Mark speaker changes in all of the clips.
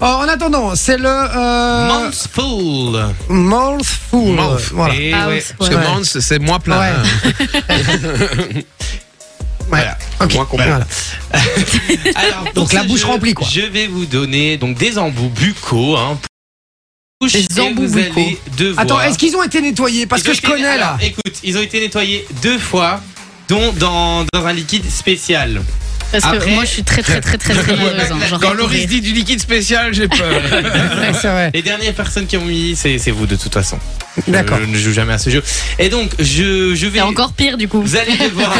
Speaker 1: Oh, en attendant, c'est le euh,
Speaker 2: Mouthful.
Speaker 1: Mouthful.
Speaker 2: Mouth.
Speaker 1: Voilà.
Speaker 2: Eh
Speaker 3: Ah,
Speaker 2: ouais.
Speaker 3: oui, c'est
Speaker 2: Parce que
Speaker 1: vrai.
Speaker 2: Mouth, c'est moins plein.
Speaker 1: Ouais.
Speaker 2: hein.
Speaker 1: Ouais. Ok.
Speaker 2: Moins complet.
Speaker 1: Voilà.
Speaker 2: Alors, pour
Speaker 1: Donc, la
Speaker 2: ce
Speaker 1: bouche
Speaker 2: jeu,
Speaker 1: remplie, quoi.
Speaker 2: Je vais vous donner donc des embouts buccaux. Hein, pour-
Speaker 3: Des
Speaker 2: et
Speaker 3: embouts
Speaker 2: vous
Speaker 3: buccaux.
Speaker 2: allez devoir-
Speaker 1: Attends, est-ce qu'ils ont été nettoyés Parce
Speaker 2: Ils
Speaker 1: que
Speaker 2: ont
Speaker 1: je
Speaker 2: été-
Speaker 1: connais
Speaker 2: alors,
Speaker 1: là.
Speaker 2: Écoute, ils ont été nettoyés deux fois, dont dans, dans un liquide spécial.
Speaker 3: Parce
Speaker 2: Après-
Speaker 3: que moi, je suis très, très, très, très, très nerveuse. hein. J'aurais
Speaker 4: Quand
Speaker 3: pu
Speaker 4: Loris
Speaker 3: rire.
Speaker 4: dit du liquide spécial, j'ai peur.
Speaker 1: Ouais, c'est vrai.
Speaker 2: Les dernières personnes qui ont mis, c'est c'est vous de toute façon. Je-
Speaker 1: D'accord.
Speaker 2: Je ne joue jamais à ce jeu. Et donc, je, je vais.
Speaker 3: C'est encore pire, du coup.
Speaker 2: Vous allez devoir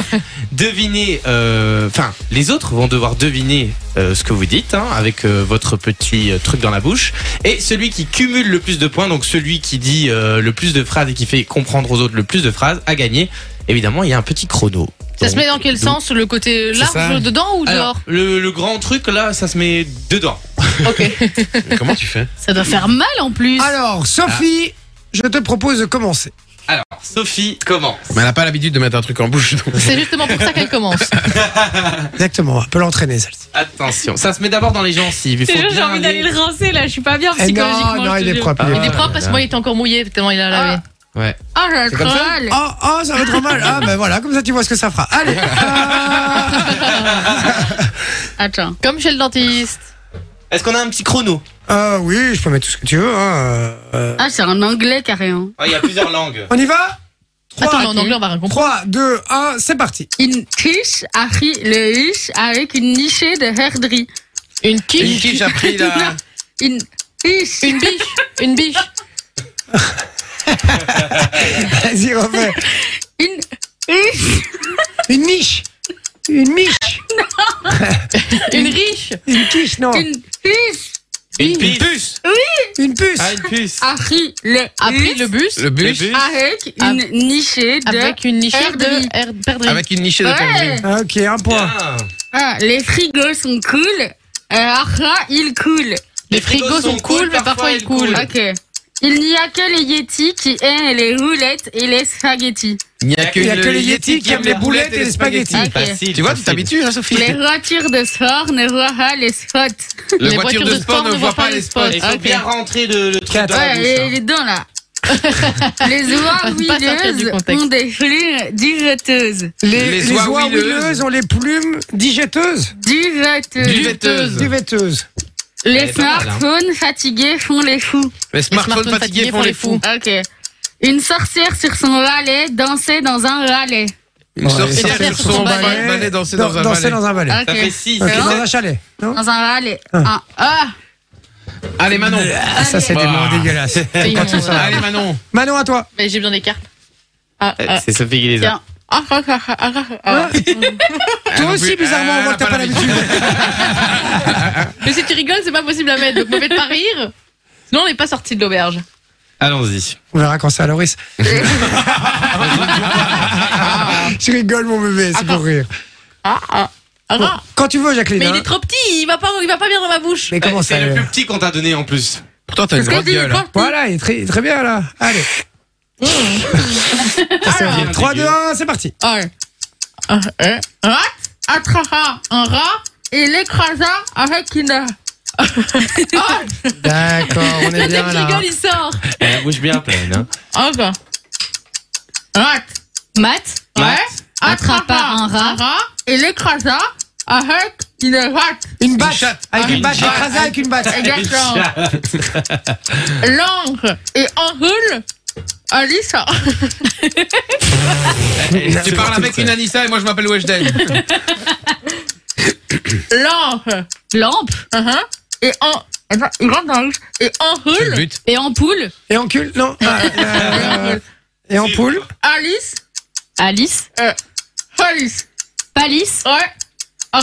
Speaker 2: deviner. euh, Enfin, les autres vont devoir deviner euh, ce que vous dites hein, avec euh, votre petit euh, truc dans la bouche. Et celui qui cumule le plus de points, donc celui qui dit euh, le plus de phrases et qui fait comprendre aux autres le plus de phrases, a gagné. Évidemment, il y a un petit chrono.
Speaker 3: Ça se
Speaker 2: Donc,
Speaker 3: met dans quel
Speaker 2: donc-
Speaker 3: sens Le côté
Speaker 2: C'est ça.
Speaker 3: large dedans ou
Speaker 2: Alors,
Speaker 3: dehors
Speaker 2: le, le grand truc là, ça se met dedans.
Speaker 3: Ok.
Speaker 4: Comment tu fais
Speaker 3: Ça doit faire mal en plus.
Speaker 1: Alors, Sophie, je te propose de commencer.
Speaker 2: Alors, Sophie commence.
Speaker 4: Mais elle n'a pas l'habitude de mettre un truc en bouche. donc.
Speaker 3: C'est justement pour ça qu'elle commence.
Speaker 1: Exactement. On peut l'entraîner celle-ci.
Speaker 2: Attention, ça se met d'abord dans les gencives. Il faut bien aller-
Speaker 3: le rincer là, je suis pas bien
Speaker 1: Eh non, non, il est propre. il est
Speaker 3: Il est
Speaker 1: propre.
Speaker 3: propre parce que moi, il était encore mouillé tellement il a lavé.
Speaker 2: Ouais.
Speaker 3: Ah, j'ai
Speaker 4: comme ça
Speaker 3: mal.
Speaker 1: Oh, oh, ça va trop mal. Ah, ben voilà, comme ça tu vois ce que ça fera. Allez. euh,
Speaker 3: Attends. Comme chez le dentiste.
Speaker 2: Est-ce qu'on a un petit chrono
Speaker 1: euh, oui, je peux mettre tout ce que tu veux. hein, euh, euh.
Speaker 5: Ah, c'est un anglais carré. hein.
Speaker 2: Ah, Il y a plusieurs langues.
Speaker 1: On y va
Speaker 3: Attends, mais
Speaker 1: 3,
Speaker 3: en anglais, on va rien comprendre.
Speaker 1: 3, 2, 1, c'est parti.
Speaker 5: Une quiche à riz le riche avec une nichée de herdrie.
Speaker 3: Une
Speaker 4: Une
Speaker 3: quiche,
Speaker 4: quiche a pris la.
Speaker 5: Une quiche.
Speaker 3: une biche, une biche,
Speaker 1: Vas-y, refais.
Speaker 5: Une quiche.
Speaker 1: Une niche. Une niche.
Speaker 3: une riche,
Speaker 1: Une quiche, non. Une,
Speaker 5: Une quiche.
Speaker 2: Une puce
Speaker 1: puce.
Speaker 2: Ah, une puce
Speaker 5: À riz le
Speaker 3: a pris
Speaker 5: riche
Speaker 3: le bus
Speaker 4: Le bus
Speaker 2: Les bus.
Speaker 5: avec une
Speaker 3: Avec-
Speaker 5: nichée de.
Speaker 3: avec une niche
Speaker 5: Perdrix.
Speaker 3: de her- perdrix.
Speaker 4: avec une nichée de
Speaker 5: Ouais.
Speaker 4: perdrix.
Speaker 1: Ah, ok, un point.
Speaker 2: Bien.
Speaker 5: Ah, les frigos sont cool. Euh, ah, ah, ils coulent.
Speaker 3: Les frigos sont cool, mais parfois ils coulent.
Speaker 5: Ok. Il n'y a que les yétis qui aiment les roulettes et les spaghettis.
Speaker 4: Il n'y a que,
Speaker 1: Il y a
Speaker 4: le
Speaker 1: que les
Speaker 4: Yeti
Speaker 1: Yeti qui aiment les boulettes et les spaghettis.
Speaker 2: Ah,
Speaker 5: Ok.
Speaker 2: Facile,
Speaker 4: Tu vois, tu
Speaker 2: facile.
Speaker 4: t'habitues, hein, Sophie
Speaker 5: Les ratures de sport ne voient pas les spots.
Speaker 4: La voiture de sport ne voit pas les spots.
Speaker 2: Il faut
Speaker 3: Ok.
Speaker 2: bien rentrer le, le truc
Speaker 1: Quatre.
Speaker 2: dans la
Speaker 5: Ouais,
Speaker 2: bouche,
Speaker 5: les,
Speaker 2: hein.
Speaker 5: les dents là. les oies
Speaker 3: Faut pas sortir du
Speaker 5: huileuses
Speaker 3: contexte.
Speaker 5: ont des plumes duveteuses.
Speaker 1: Les,
Speaker 4: Les
Speaker 1: les
Speaker 4: oies
Speaker 1: oies
Speaker 4: huileuses.
Speaker 1: huileuses ont les plumes digeteuses.
Speaker 5: Duveteuses.
Speaker 4: Duvetteuse.
Speaker 1: Duveteuses.
Speaker 2: Elle
Speaker 5: les
Speaker 2: est pas mal, hein.
Speaker 5: smartphones fatigués font les fous.
Speaker 4: Les smartphones fatigués font les fous.
Speaker 5: Ok. Une sorcière sur son valet dansait dans un valet.
Speaker 4: Une
Speaker 1: Ouais.
Speaker 4: sorcière
Speaker 3: Sorcière
Speaker 4: sur son balai, balai danser dans un
Speaker 1: Danser
Speaker 4: balai.
Speaker 1: dans un balai.
Speaker 5: Ok.
Speaker 2: Ça fait 6.
Speaker 1: Ok,
Speaker 5: Ah, c'est
Speaker 1: dans
Speaker 5: vrai
Speaker 1: un chalet. Non
Speaker 5: Dans un valet.
Speaker 1: Ah.
Speaker 5: Ah. Ah.
Speaker 4: Allez, Manon
Speaker 3: Euh,
Speaker 1: Ah, ça, c'est des
Speaker 4: Bah.
Speaker 1: mots dégueulasses.
Speaker 3: Et
Speaker 1: Quand on
Speaker 3: on-
Speaker 1: sort.
Speaker 4: Allez, Manon
Speaker 1: Manon, à toi.
Speaker 3: Mais j'ai besoin des cartes. Ah, ah,
Speaker 2: Eh, C'est Sophie qui les
Speaker 3: tiens. Ah, ah, ah, ah, ah, ah.
Speaker 1: Hein Toi
Speaker 4: non
Speaker 1: aussi,
Speaker 4: plus.
Speaker 1: bizarrement, on
Speaker 4: Ah,
Speaker 1: voit que t'as
Speaker 4: pas
Speaker 1: pas l'habitude.
Speaker 3: Mais si tu rigoles, c'est pas possible à mettre. Donc, mauvais de pas rire. Sinon, on n'est pas sorti de l'auberge.
Speaker 2: Allons-y.
Speaker 1: On verra quand c'est à Loris. Je rigole, mon bébé, c'est pour rire.
Speaker 3: Ah, ah, ah,
Speaker 1: Bon,
Speaker 3: ah.
Speaker 1: Quand tu veux, Jacqueline.
Speaker 3: Mais il
Speaker 1: hein.
Speaker 3: est trop petit, il va pas, il va pas bien dans ma bouche.
Speaker 1: Mais comment
Speaker 2: Euh,
Speaker 1: ça
Speaker 2: C'est le
Speaker 1: euh,
Speaker 2: plus petit qu'on t'a donné en plus.
Speaker 4: Pourtant, t'as une
Speaker 5: Parce que
Speaker 4: grande
Speaker 5: tu dis
Speaker 4: gueule.
Speaker 5: pas-
Speaker 4: hein.
Speaker 1: Voilà, il est très, très bien là. Allez. Ça, c'est bien. 3, 2, 1, c'est parti.
Speaker 3: Ah, ah,
Speaker 5: eh.
Speaker 3: ah, ah, attrapa un rat et l'écrasa avec une. Ah,
Speaker 1: D'accord, on est
Speaker 3: dès
Speaker 1: bien
Speaker 3: qu'il
Speaker 1: là.
Speaker 3: rigole, il sort.
Speaker 2: Elle a Euh, la bouche bien pleine. hein.
Speaker 3: Ah, quoi. Rat.
Speaker 5: Mat
Speaker 3: Ouais.
Speaker 2: Max,
Speaker 5: attrapa un rat. et l'écrasa avec une rate.
Speaker 1: Une batte.
Speaker 4: chatte.
Speaker 1: Avec une
Speaker 2: Une
Speaker 1: batte,
Speaker 2: chatte.
Speaker 1: écrasée avec une batte.
Speaker 5: Exactement.
Speaker 3: L'ange et enroule Alice.
Speaker 4: Tu parles avec une Anissa et moi, je m'appelle Weshden.
Speaker 3: L'ange.
Speaker 5: Lampe
Speaker 3: Uh-huh.
Speaker 5: et en. Attends, il rentre dans le-
Speaker 3: Et enroule
Speaker 4: But.
Speaker 5: Et ampoule.
Speaker 1: Et en cul, non. ah, euh, Et en poule.
Speaker 3: Alice.
Speaker 5: Alice.
Speaker 3: euh, Alice.
Speaker 5: Palice.
Speaker 3: Ouais. Ah,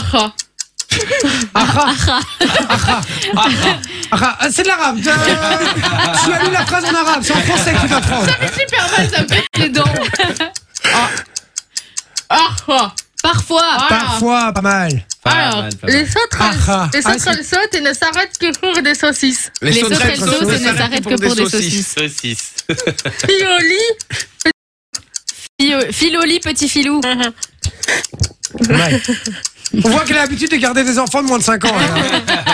Speaker 1: Ah, ah, c'est de l'arabe. Euh, Tu as lu la phrase en arabe, c'est en français que tu dois prendre.
Speaker 3: ah. Super mal, ça me pète les dents. Ah. Ah, ah.
Speaker 5: Parfois.
Speaker 3: Ah.
Speaker 1: Parfois, pas mal.
Speaker 3: Alors,
Speaker 5: Les autres,
Speaker 1: Ah, ah.
Speaker 5: les
Speaker 1: Ah,
Speaker 5: autres, elles sautent et ne s'arrêtent que pour des saucisses.
Speaker 3: Les sauterelles
Speaker 1: sautent
Speaker 3: sautent et ne s'arrêtent que pour des saucisses.
Speaker 2: Saucisse.
Speaker 5: Pioli,
Speaker 3: Uh-huh. Filoli, petit filou.
Speaker 1: Mal. On voit qu'elle a l'habitude de garder des enfants de moins de 5 ans. elle, hein.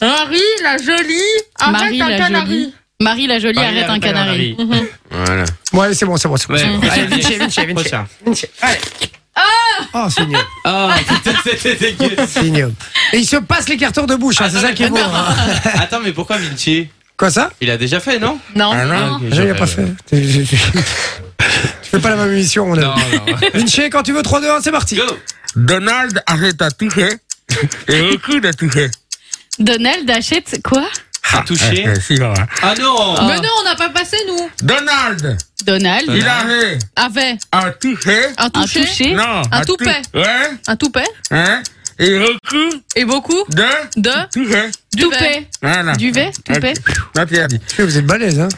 Speaker 5: Henri, la jolie, arrête
Speaker 3: Marie
Speaker 5: un
Speaker 3: la jolie.
Speaker 5: canari.
Speaker 3: Marie la jolie,
Speaker 2: Marie,
Speaker 3: arrête un
Speaker 2: arrête un
Speaker 3: canari. Mhm.
Speaker 2: Voilà.
Speaker 1: Bon, allez, c'est bon, c'est bon. c'est bon, c'est bon.
Speaker 2: Ouais. Allez, Vinci, prochain.
Speaker 1: Oh, c'est ignoble.
Speaker 2: Ah, putain, c'était dégueu.
Speaker 1: C'est ignoble. Et il se passe l'écarteur de bouche, hein, c'est ça qui est beau. hein.
Speaker 2: Attends, mais pourquoi Vinci
Speaker 1: Quoi, ça
Speaker 2: Il a déjà fait, non
Speaker 3: Non.
Speaker 4: Ah
Speaker 2: non,
Speaker 1: Je l'ai pas fait. Tu fais pas la même émission, mon
Speaker 2: Non,
Speaker 1: ami.
Speaker 2: non.
Speaker 1: Vinci, quand tu veux 3, 2, 1, c'est parti.
Speaker 2: Go
Speaker 6: Donald arrête à toucher et recule à toucher.
Speaker 3: Donald achète quoi
Speaker 2: À toucher.
Speaker 6: Eh, si, voilà.
Speaker 2: Ah non
Speaker 3: Ah.
Speaker 5: Mais non, on n'a pas passé, nous.
Speaker 6: Donald,
Speaker 3: Donald
Speaker 6: il arrête
Speaker 5: Avec
Speaker 6: à toucher.
Speaker 5: un
Speaker 3: un
Speaker 5: toucher,
Speaker 3: touché.
Speaker 6: Non.
Speaker 5: Ah un
Speaker 6: à tou-
Speaker 5: toupet.
Speaker 6: Ouais.
Speaker 5: un toupet,
Speaker 6: Hein. Et recule
Speaker 5: et beaucoup
Speaker 6: de
Speaker 5: de
Speaker 6: toucher.
Speaker 3: Toupet.
Speaker 6: Voilà.
Speaker 3: Duvet, toupet.
Speaker 6: Là, tu as dit.
Speaker 1: Vous êtes balèze, hein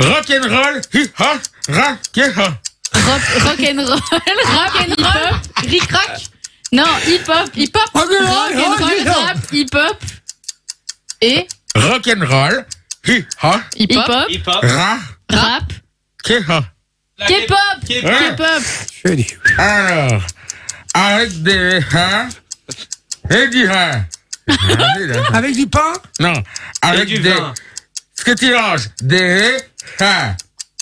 Speaker 6: Rock'n'roll, hip hop, rock, hip hop.
Speaker 3: Rock, rock'n'roll. Rock'n'roll. Ric-rac. Non, hip-hop. Hip-hop.
Speaker 1: Rock'n'roll,
Speaker 3: Rock'n'roll,
Speaker 1: rock'n'roll.
Speaker 3: rap, hip-hop. Et
Speaker 6: Rock'n'roll, hip hop,
Speaker 3: hip-hop,
Speaker 2: Hip-hop.
Speaker 6: rock,
Speaker 3: rap,
Speaker 6: hip hop.
Speaker 3: K-pop.
Speaker 2: K-pop.
Speaker 6: Hein.
Speaker 3: K-pop.
Speaker 1: Je l'ai dit.
Speaker 6: Alors, avec des hein et du hein. Allez, là.
Speaker 1: Avec du pain
Speaker 6: Non,
Speaker 2: Et
Speaker 6: avec
Speaker 2: du
Speaker 6: des.
Speaker 2: vin.
Speaker 6: Ce que tu manges, des hein.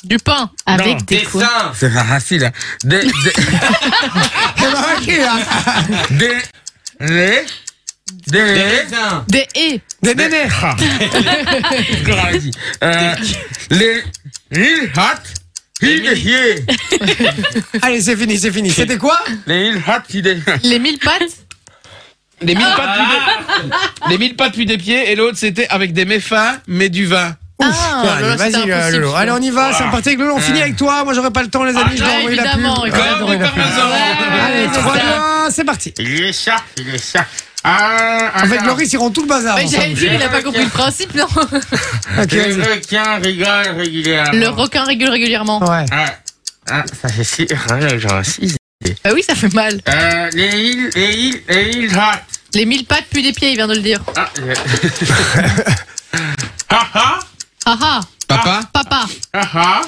Speaker 5: du pain.
Speaker 6: Non.
Speaker 3: Avec des
Speaker 2: Des
Speaker 3: quoi
Speaker 2: seins.
Speaker 6: C'est pas facile. Hein. Des des
Speaker 1: Eh ben, ok, hein.
Speaker 6: des les
Speaker 2: Des
Speaker 6: des
Speaker 2: seins.
Speaker 3: Des et.
Speaker 1: Des nénés
Speaker 6: ah. Je l'aurais dit. Euh, les les hot
Speaker 2: Les
Speaker 6: il
Speaker 2: mini-
Speaker 6: est
Speaker 1: Allez, c'est fini, c'est fini. C'était quoi
Speaker 6: les il hot il est
Speaker 3: Les mille pattes.
Speaker 4: Les mille pas depuis des, les mille pas depuis des pieds et l'autre c'était avec des méfas mais du vin.
Speaker 1: Ouf.
Speaker 3: Ah,
Speaker 1: Allez,
Speaker 3: Lolo, c'était
Speaker 1: Vas-y, euh,
Speaker 3: impossible,
Speaker 1: Lolo.
Speaker 3: je
Speaker 1: Allez, on y va, c'est parti avec Lolo. On finit avec toi. Moi, j'aurais pas le temps, les amis. je dois
Speaker 3: Ah,
Speaker 1: envoyer la pub.
Speaker 3: évidemment,
Speaker 1: Ouais,
Speaker 3: évidemment.
Speaker 1: je dois envoyer la pub. Allez, 3, 2, 1, c'est parti.
Speaker 6: il est chat il est chat ah,
Speaker 1: En fait,
Speaker 6: alors,
Speaker 1: Loris, ils rend tout le bazar.
Speaker 3: Mais
Speaker 1: ensemble.
Speaker 3: J'avais dit, il a pas compris le principe, non
Speaker 1: Ok,
Speaker 6: les
Speaker 1: vas-y.
Speaker 6: requins rigolent régulièrement
Speaker 3: Le requin régule régulièrement.
Speaker 1: Ouais.
Speaker 6: ah, ah, ça fait si ah, genre si
Speaker 3: Bah oui, ça fait mal.
Speaker 6: euh, les îles les îles les îles hot
Speaker 3: Les mille pattes puis des pieds, il vient de le dire.
Speaker 6: ah, je- ah ah
Speaker 3: Ah ah,
Speaker 4: Papa
Speaker 3: papa.
Speaker 6: ah ah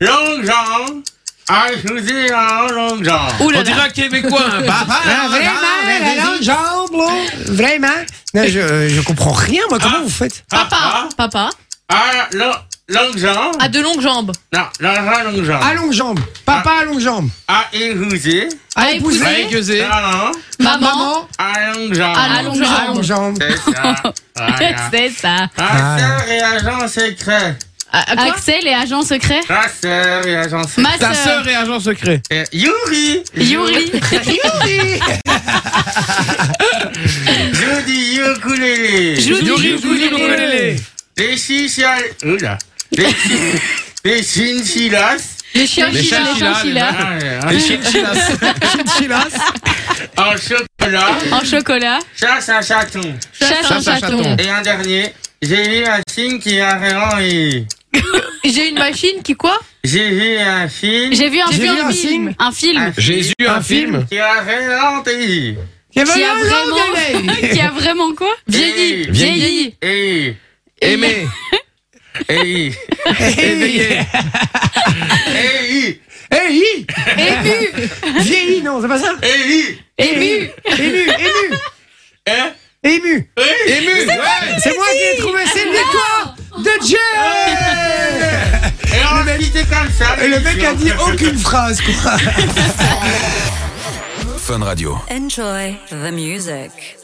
Speaker 6: longue jambe ah je vous ai un longue jambe
Speaker 3: Ouh là
Speaker 4: On
Speaker 3: là.
Speaker 4: dirait un québécois. hein. Papa.
Speaker 1: Ah, vraiment, la langue jambe, là. Vraiment. Non, je, euh, je comprends rien, moi. Comment vous faites
Speaker 3: Papa, papa,
Speaker 6: ah long- longue jambe
Speaker 3: a de longues jambes.
Speaker 6: non longue jambe longue jambe
Speaker 1: À longue jambe. Papa à longue jambe.
Speaker 6: ah et vous ai
Speaker 1: À
Speaker 3: À
Speaker 1: épouser.
Speaker 3: épouser.
Speaker 4: Ouais, gueusé.
Speaker 6: ah non
Speaker 3: Maman,
Speaker 1: Maman
Speaker 6: à longue jambe
Speaker 3: à longues
Speaker 1: à longue
Speaker 3: jambes.
Speaker 1: jambe.
Speaker 6: c'est ça voilà
Speaker 3: C'est ça.
Speaker 1: Ah.
Speaker 6: Ma sœur et agent secret.
Speaker 3: Axel et agent secret.
Speaker 6: Ma sœur et agent secret.
Speaker 3: Ma
Speaker 4: Ta
Speaker 3: sœur.
Speaker 4: sœur est agent secret.
Speaker 6: Euh, Yuri.
Speaker 3: Yuri.
Speaker 6: Judy ukulélé.
Speaker 3: Judy.
Speaker 4: Yuri Ukulélé.
Speaker 6: Les chichas. Oula. Les, chi- les chinchillas.
Speaker 3: Les chiens
Speaker 4: Les
Speaker 3: chila, les
Speaker 4: chinchillas,
Speaker 3: chiens chila.
Speaker 6: Ah, euh,
Speaker 4: Les chinchillas.
Speaker 6: En chocolat.
Speaker 3: En chocolat.
Speaker 6: Chasse à chaton.
Speaker 3: Chasse un
Speaker 4: Chasse un
Speaker 3: chaton.
Speaker 4: chaton.
Speaker 6: Et un dernier. J'ai vu un film qui a vraiment eu.
Speaker 3: J'ai une machine qui quoi
Speaker 6: J'ai vu un film.
Speaker 3: J'ai vu un
Speaker 1: J'ai vu
Speaker 3: film.
Speaker 1: un signe.
Speaker 3: Un film.
Speaker 4: Jésus un film.
Speaker 6: Qui a vraiment eu.
Speaker 1: Il y
Speaker 3: Qui
Speaker 1: avait
Speaker 3: a
Speaker 1: un long
Speaker 3: vraiment.
Speaker 1: délai.
Speaker 3: Qui a vraiment quoi Vieilli.
Speaker 6: Vieilli.
Speaker 3: Vieilli.
Speaker 6: Et.
Speaker 4: Aimé.
Speaker 6: Et.
Speaker 1: Éveillé.
Speaker 6: Et.
Speaker 1: Éhi.
Speaker 3: Ému.
Speaker 1: Eh, Vieilli, non, c'est pas ça
Speaker 6: Et.
Speaker 3: Ému. Hein
Speaker 1: Ému, ému. Ému.
Speaker 4: Ému. Ouais.
Speaker 1: C'est moi qui ai trouvé, c'est une victoire de Jay
Speaker 6: Et on a quitté comme ça.
Speaker 3: Eh,
Speaker 1: Et le mec a dit aucune phrase, quoi.
Speaker 7: Enjoy the music.